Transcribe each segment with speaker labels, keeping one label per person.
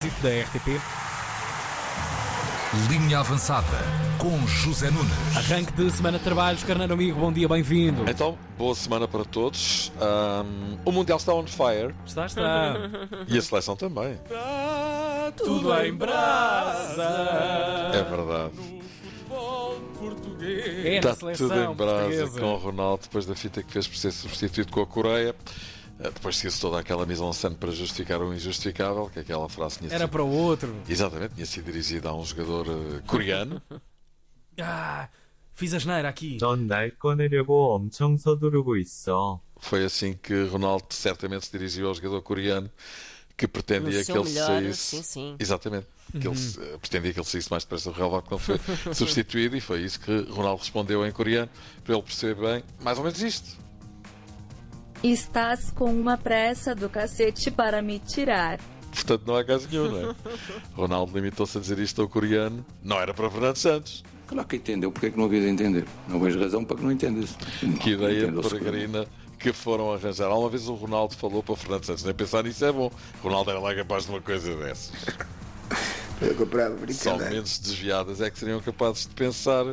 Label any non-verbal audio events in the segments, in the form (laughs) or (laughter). Speaker 1: Tipo da RTP.
Speaker 2: Linha Avançada com José Nunes.
Speaker 1: Arranque de semana de trabalhos, Carneiro Amigo, bom dia, bem-vindo.
Speaker 3: Então, boa semana para todos. Ahm, o Mundial está on fire
Speaker 1: Está, está.
Speaker 3: e a seleção também.
Speaker 1: Tudo em brasa.
Speaker 3: É verdade.
Speaker 1: É na
Speaker 3: Está
Speaker 1: seleção
Speaker 3: tudo em brasa
Speaker 1: portuguesa.
Speaker 3: com o Ronaldo depois da fita que fez por ser substituído com a Coreia. Ah, Depois seguiu-se toda aquela missão sendo para justificar o injustificável, que aquela frase tinha
Speaker 1: Era
Speaker 3: sido.
Speaker 1: para o outro.
Speaker 3: Exatamente, tinha sido dirigida a um jogador eh, coreano.
Speaker 1: Ah, fiz asneira aqui.
Speaker 4: 넌 날 꺼내려고 엄청 서두르고 있어.
Speaker 3: Foi assim que Ronaldo certamente se dirigiu ao jogador coreano que pretendia
Speaker 5: No
Speaker 3: que
Speaker 5: seu
Speaker 3: ele
Speaker 5: melhor,
Speaker 3: saísse.
Speaker 5: sim, sim.
Speaker 3: Exatamente. Que ele se- eh, pretendia que ele saísse mais depressa do relevado quando foi
Speaker 5: (laughs)
Speaker 3: substituído, e foi isso que Ronaldo respondeu em coreano, para ele perceber bem, mais ou menos isto.
Speaker 6: Estás com uma pressa do cacete para me tirar.
Speaker 3: Portanto, não há caso nenhum,
Speaker 5: (laughs)
Speaker 3: não é? Ronaldo limitou-se a dizer isto ao coreano, não era para Fernando Santos.
Speaker 7: Claro que entendeu, porque é que não havia de entender? Não vejo razão para que não entendas.
Speaker 8: um
Speaker 3: Que
Speaker 7: Não,
Speaker 3: ideia
Speaker 7: entendeu-se bem.
Speaker 3: peregrina que foram arranjar. Alguma vez o Ronaldo falou para o Fernando Santos, nem pensar nisso é bom. Ronaldo era lá capaz de uma coisa dessas.
Speaker 8: (laughs) Eu comprava
Speaker 3: Só
Speaker 8: brincadeira.
Speaker 3: menos desviadas é que seriam capazes de pensar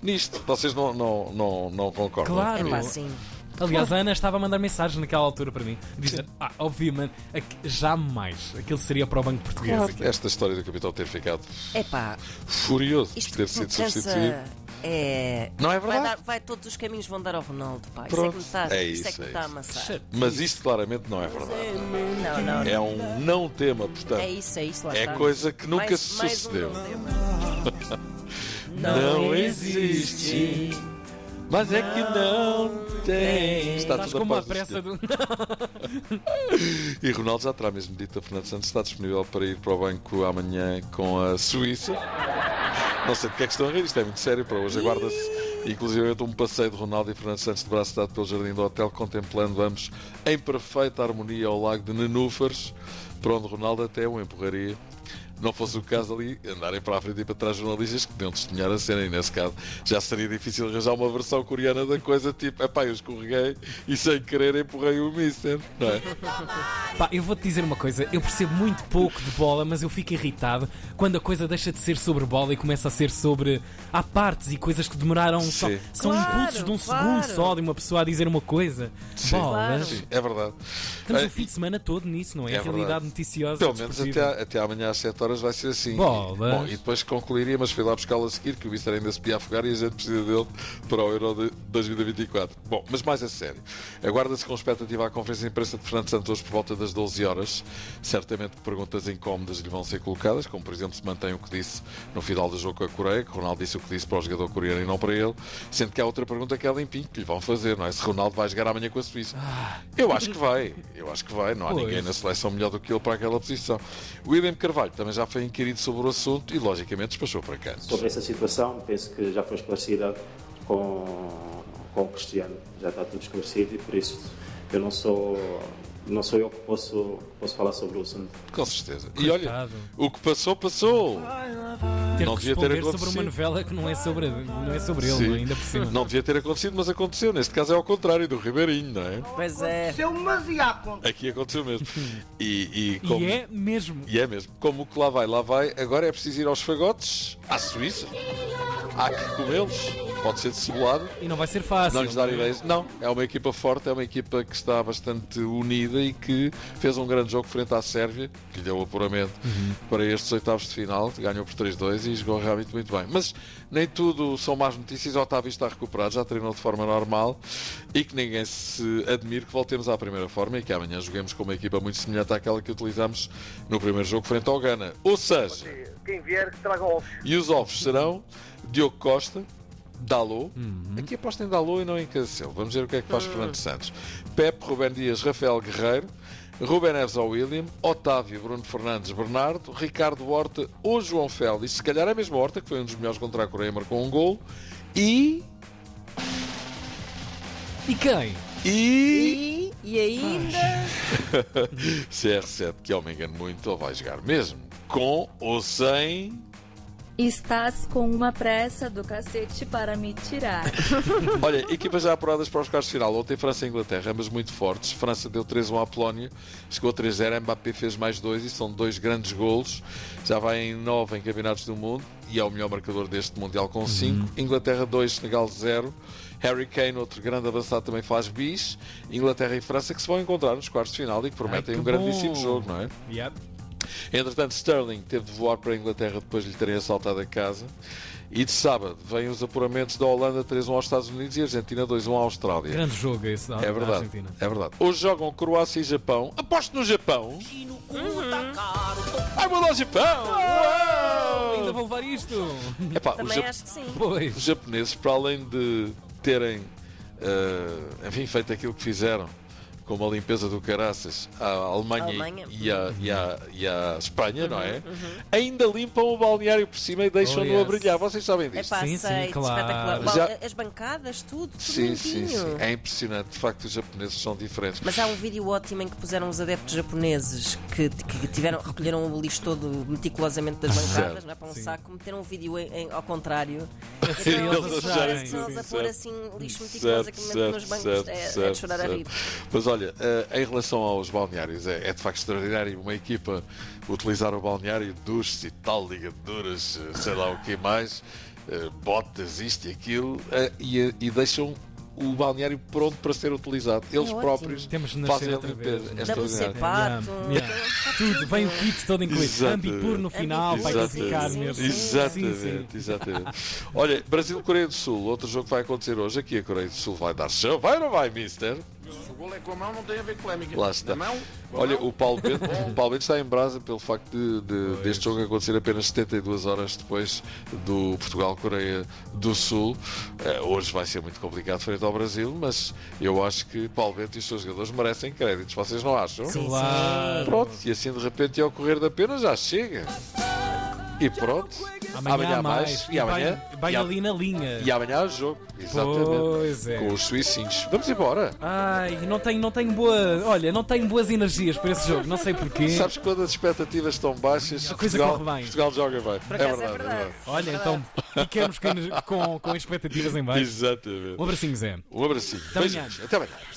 Speaker 3: nisto. Vocês não, não, não, não concordam?
Speaker 1: Claro.
Speaker 5: É pá, sim.
Speaker 1: Aliás, a Ana estava a mandar mensagens naquela altura para mim, dizendo: Ah, obviamente, aqu- jamais. Aquilo seria para o Banco Português. aquilo.
Speaker 3: Esta história do capitão ter ficado
Speaker 5: É pá,
Speaker 3: furioso por
Speaker 5: isto
Speaker 3: ter
Speaker 5: que me
Speaker 3: sido
Speaker 5: cansa
Speaker 3: substituído.
Speaker 5: é.
Speaker 3: Não é
Speaker 5: Vai,
Speaker 3: verdade?
Speaker 5: dar, vai- todos os caminhos vão dar ao Ronaldo, pá.
Speaker 3: Pronto.
Speaker 5: Isso é que me está,
Speaker 3: É
Speaker 5: isso, é
Speaker 3: isso,
Speaker 5: que
Speaker 3: é
Speaker 5: me está a
Speaker 3: isso.
Speaker 5: amassar.
Speaker 3: Mas isto claramente não é verdade.
Speaker 5: Não, não, não.
Speaker 3: É um não tema, portanto.
Speaker 5: É isso, é isso, lá
Speaker 3: É
Speaker 5: está.
Speaker 3: coisa que nunca
Speaker 5: mais,
Speaker 3: se
Speaker 5: mais
Speaker 3: sucedeu.
Speaker 5: Um não tema.
Speaker 3: (laughs) Não existe. Mas é que não tem. Está
Speaker 1: Estás
Speaker 3: tudo
Speaker 1: com uma
Speaker 3: a par do
Speaker 1: pressa
Speaker 3: senhor.
Speaker 1: do.
Speaker 3: E Ronaldo já terá mesmo dito a Fernando Santos está disponível para ir para o banco amanhã com a Suíça. Não sei de que é que estão a rir, isto é muito sério para hoje. Aguarda-se inclusive um passeio de Ronaldo e Fernando Santos de braço dado pelo jardim do hotel, contemplando ambos em perfeita harmonia ao lago de Nenúfares, para onde Ronaldo até o empurraria. Não fosse o caso ali andarem para a frente e para trás jornalistas que deviam testemunhar a cena, e nesse caso já seria difícil arranjar uma versão coreana da coisa, tipo, epá, eu escorreguei e sem querer empurrei o Mister, não é?
Speaker 1: Pá, eu vou-te dizer uma coisa, eu percebo muito pouco de bola, mas eu fico irritado quando a coisa deixa de ser sobre bola e começa a ser sobre. Há partes e coisas que demoraram só.
Speaker 3: Sim.
Speaker 1: São
Speaker 5: Claro,
Speaker 1: impulsos de um
Speaker 5: claro.
Speaker 1: segundo só de uma pessoa a dizer uma coisa. Bolas.
Speaker 3: Sim, é verdade.
Speaker 1: Estamos
Speaker 3: Eh,
Speaker 1: o fim de semana todo nisso, não é?
Speaker 3: é
Speaker 1: a realidade
Speaker 3: verdade.
Speaker 1: noticiosa.
Speaker 3: Pelo menos até,
Speaker 1: desportiva.
Speaker 3: à- até amanhã às 7 horas vai ser assim.
Speaker 1: Bolas.
Speaker 3: E, bom, e depois concluiria, mas fui lá buscá-lo a seguir, que o Mister ainda se podia afogar e a gente precisa dele para o Euro de 2024. Bom, mas mais a sério. Aguarda-se com expectativa a conferência de imprensa de Fernando Santos hoje por volta das 12 horas. Certamente que perguntas incómodas lhe vão ser colocadas, como por exemplo se mantém o que disse no final do jogo com a Coreia, que Ronaldo disse o que disse para o jogador coreano e não para ele, sendo que há outra pergunta que é limpinho, que lhe vão fazer, não é? Se Ronaldo vai jogar amanhã com a Suíça. Eu acho que vai, eu acho que vai, não há
Speaker 1: Ah. Pois.
Speaker 3: ninguém na seleção melhor do que ele para aquela posição. William Carvalho também já foi inquirido sobre o assunto e, logicamente, despachou para cá.
Speaker 9: Sobre essa situação, penso que já foi esclarecida com, com o Cristiano. Já está tudo esclarecido e por isso eu não sou, não sou eu que posso, posso falar sobre o assunto.
Speaker 3: Com certeza. E olha,
Speaker 1: Coitado.
Speaker 3: o que passou, passou.
Speaker 1: Ter
Speaker 3: não
Speaker 1: que
Speaker 3: devia ter
Speaker 1: responder sobre
Speaker 3: acontecido.
Speaker 1: uma novela que não é sobre, não é sobre ele,
Speaker 3: Sim.
Speaker 1: não é? ainda por cima.
Speaker 3: Não devia ter acontecido, mas aconteceu. Neste caso é ao contrário do Ribeirinho, não é?
Speaker 5: Pois é.
Speaker 3: Aqui aconteceu mesmo. E, e
Speaker 1: (laughs)
Speaker 3: como...
Speaker 1: E é mesmo.
Speaker 3: E é mesmo. Como o que lá vai, lá vai, agora é preciso ir aos fagotes, à Suíça. Há que comê-los. Pode ser de cebolado.
Speaker 1: E não vai ser fácil.
Speaker 3: Não lhes dar ideias. Não, é uma equipa forte, é uma equipa que está bastante unida e que fez um grande jogo frente à Sérvia, que lhe deu o apuramento para estes oitavos de final, ganhou por 3-2 e jogou realmente muito bem. Mas nem tudo são más notícias. Otávio está recuperado, já treinou de forma normal e que ninguém se admire que voltemos à primeira forma e que amanhã joguemos com uma equipa muito semelhante àquela que utilizamos no primeiro jogo frente ao Gana. Ou seja,
Speaker 8: Quem vier que traga ovos.
Speaker 3: e os ovos serão Diogo Costa, Dalô. Aqui aposta em Dalô e não em Cancelo. Vamos ver o que é que faz Fernando Santos. Pepe, Rubén Dias, Rafael Guerreiro. Rubén Neves ao William, Otávio, Bruno Fernandes, Bernardo, Ricardo Horta ou João Félix. Se calhar é mesmo Horta, que foi um dos melhores contra a Coreia, marcou um gol. E.
Speaker 1: E quem?
Speaker 3: E.
Speaker 5: E, e ainda.
Speaker 3: é um CR7, que eu me engano muito, ele vai jogar mesmo. Com ou sem.
Speaker 6: Estás com uma pressa do cacete para me tirar.
Speaker 3: Olha,
Speaker 1: (laughs)
Speaker 3: equipas já apuradas para os quartos de final. Ontem França e Inglaterra, ambas muito fortes. França deu 3-1 à Polónia, chegou a 3-0. Mbappé fez mais dois e são dois grandes golos. Já vai em 9 em campeonatos do mundo e é o melhor marcador deste Mundial
Speaker 1: Uhum.
Speaker 3: com 5. Inglaterra 2, Senegal 0. Harry Kane, outro grande avançado, também faz bis. Inglaterra e França que se vão encontrar nos quartos de final e que prometem
Speaker 1: que
Speaker 3: um grandíssimo
Speaker 1: bom.
Speaker 3: jogo, não é?
Speaker 1: Yep.
Speaker 3: Entretanto, Sterling teve de voar para a Inglaterra depois de lhe terem assaltado a casa. E de sábado vêm os apuramentos da Holanda 3-1 aos Estados Unidos e Argentina 2-1 à Austrália.
Speaker 1: Grande jogo esse da,
Speaker 3: É
Speaker 1: da
Speaker 3: verdade,
Speaker 1: Argentina.
Speaker 3: é verdade. Hoje jogam Croácia e Japão. Aposto no Japão. Ai, mandar o Japão!
Speaker 1: Ainda
Speaker 3: Uau!
Speaker 1: vou levar isto. (laughs)
Speaker 3: Epá, os,
Speaker 5: Também
Speaker 3: jap-
Speaker 5: acho que sim.
Speaker 3: os
Speaker 1: Pois.
Speaker 3: japoneses, para além de terem, eh, enfim, feito aquilo que fizeram, como a limpeza do Caraças à Alemanha,
Speaker 5: Alemanha. Uhum,
Speaker 3: E, à, e à- e à Espanha, não é? Ainda limpam o balneário por cima e deixam-no
Speaker 1: Oh, yes.
Speaker 3: a brilhar. Vocês sabem
Speaker 5: É
Speaker 3: disso?
Speaker 5: pá,
Speaker 1: Sim, sim,
Speaker 5: sei,
Speaker 1: claro.
Speaker 5: espetacular.
Speaker 3: Já-
Speaker 5: Bom, As bancadas, tudo, tudo
Speaker 3: sim, sim,
Speaker 5: limpinho.
Speaker 3: sim. É impressionante. De facto, os japoneses são diferentes.
Speaker 5: Mas há um vídeo ótimo em que puseram os adeptos japoneses que, que tiveram, recolheram o lixo todo meticulosamente das bancadas,
Speaker 3: Ah, Certo.
Speaker 5: não é para um
Speaker 1: Sim.
Speaker 5: saco, meteram um vídeo em- em- ao contrário.
Speaker 1: Sim,
Speaker 5: Então,
Speaker 1: eles
Speaker 5: eles
Speaker 1: a
Speaker 5: parecem
Speaker 1: acharem,
Speaker 5: eles a
Speaker 3: sim,
Speaker 5: pôr
Speaker 3: certo.
Speaker 5: assim lixo
Speaker 3: Certo,
Speaker 5: meticulosamente
Speaker 3: certo,
Speaker 5: nos bancos.
Speaker 3: certo,
Speaker 5: é, é
Speaker 3: certo,
Speaker 5: de chorar
Speaker 3: certo.
Speaker 5: a rir.
Speaker 3: Mas olha, eh, em relação aos balneários, é, é de facto extraordinário uma equipa utilizar o balneário, duches e tal, ligaduras, eh, sei lá o que mais, eh, botas, isto e aquilo, eh, e, e deixam o balneário pronto para ser utilizado. Eles
Speaker 5: É ótimo.
Speaker 3: próprios
Speaker 1: Temos de nascer
Speaker 3: fazem a
Speaker 1: outra vez,
Speaker 3: limpeza.
Speaker 1: não
Speaker 3: É
Speaker 1: é?
Speaker 5: WC
Speaker 3: extraordinário.
Speaker 5: Pato.
Speaker 1: Yeah, yeah. Tudo, vem o kit todo incluído.
Speaker 3: Exatamente.
Speaker 1: Ambipur no final, vai classificar mesmo.
Speaker 3: Exatamente,
Speaker 1: Sim, sim.
Speaker 3: exatamente. Olha, Brasil-Coreia do Sul, outro jogo que vai acontecer hoje aqui. A Coreia do Sul vai dar show. Vai ou não vai, mister?
Speaker 8: O gol é com a mão, não tem a ver com polémica.
Speaker 3: Lá está.
Speaker 8: Na mão,
Speaker 3: Olha, o Paulo Bento, o Paulo Bento está em brasa pelo facto de, de- deste jogo acontecer apenas 72 horas depois do Portugal-Coreia do Sul. Eh, hoje vai ser muito complicado frente ao Brasil, mas eu acho que Paulo Bento e os seus jogadores merecem créditos, vocês não acham?
Speaker 5: Sim,
Speaker 1: Claro.
Speaker 3: Pronto, e assim de repente ao correr da pena já chega. E pronto.
Speaker 1: Amanhã, há mais.
Speaker 3: E amanhã?
Speaker 1: Vai, vai
Speaker 3: e, a-
Speaker 1: ali na linha.
Speaker 3: e amanhã há jogo. Exatamente.
Speaker 1: Pois é.
Speaker 3: Com os suicinhos. Vamos embora.
Speaker 1: Ai, não tenho, não tenho boa. Olha, não tenho boas energias para esse jogo, não sei porquê.
Speaker 3: Sabes que quando as expectativas estão baixas,
Speaker 1: A coisa
Speaker 3: Portugal,
Speaker 1: corre bem.
Speaker 3: Portugal joga bem. É
Speaker 5: acaso
Speaker 3: verdade,
Speaker 5: é verdade.
Speaker 1: Olha, então ficamos com, com, com expectativas em baixo.
Speaker 3: Exatamente.
Speaker 1: Um abracinho, Zé.
Speaker 3: Um abracinho.
Speaker 1: amanhã.
Speaker 3: Beijinhos. Até amanhã.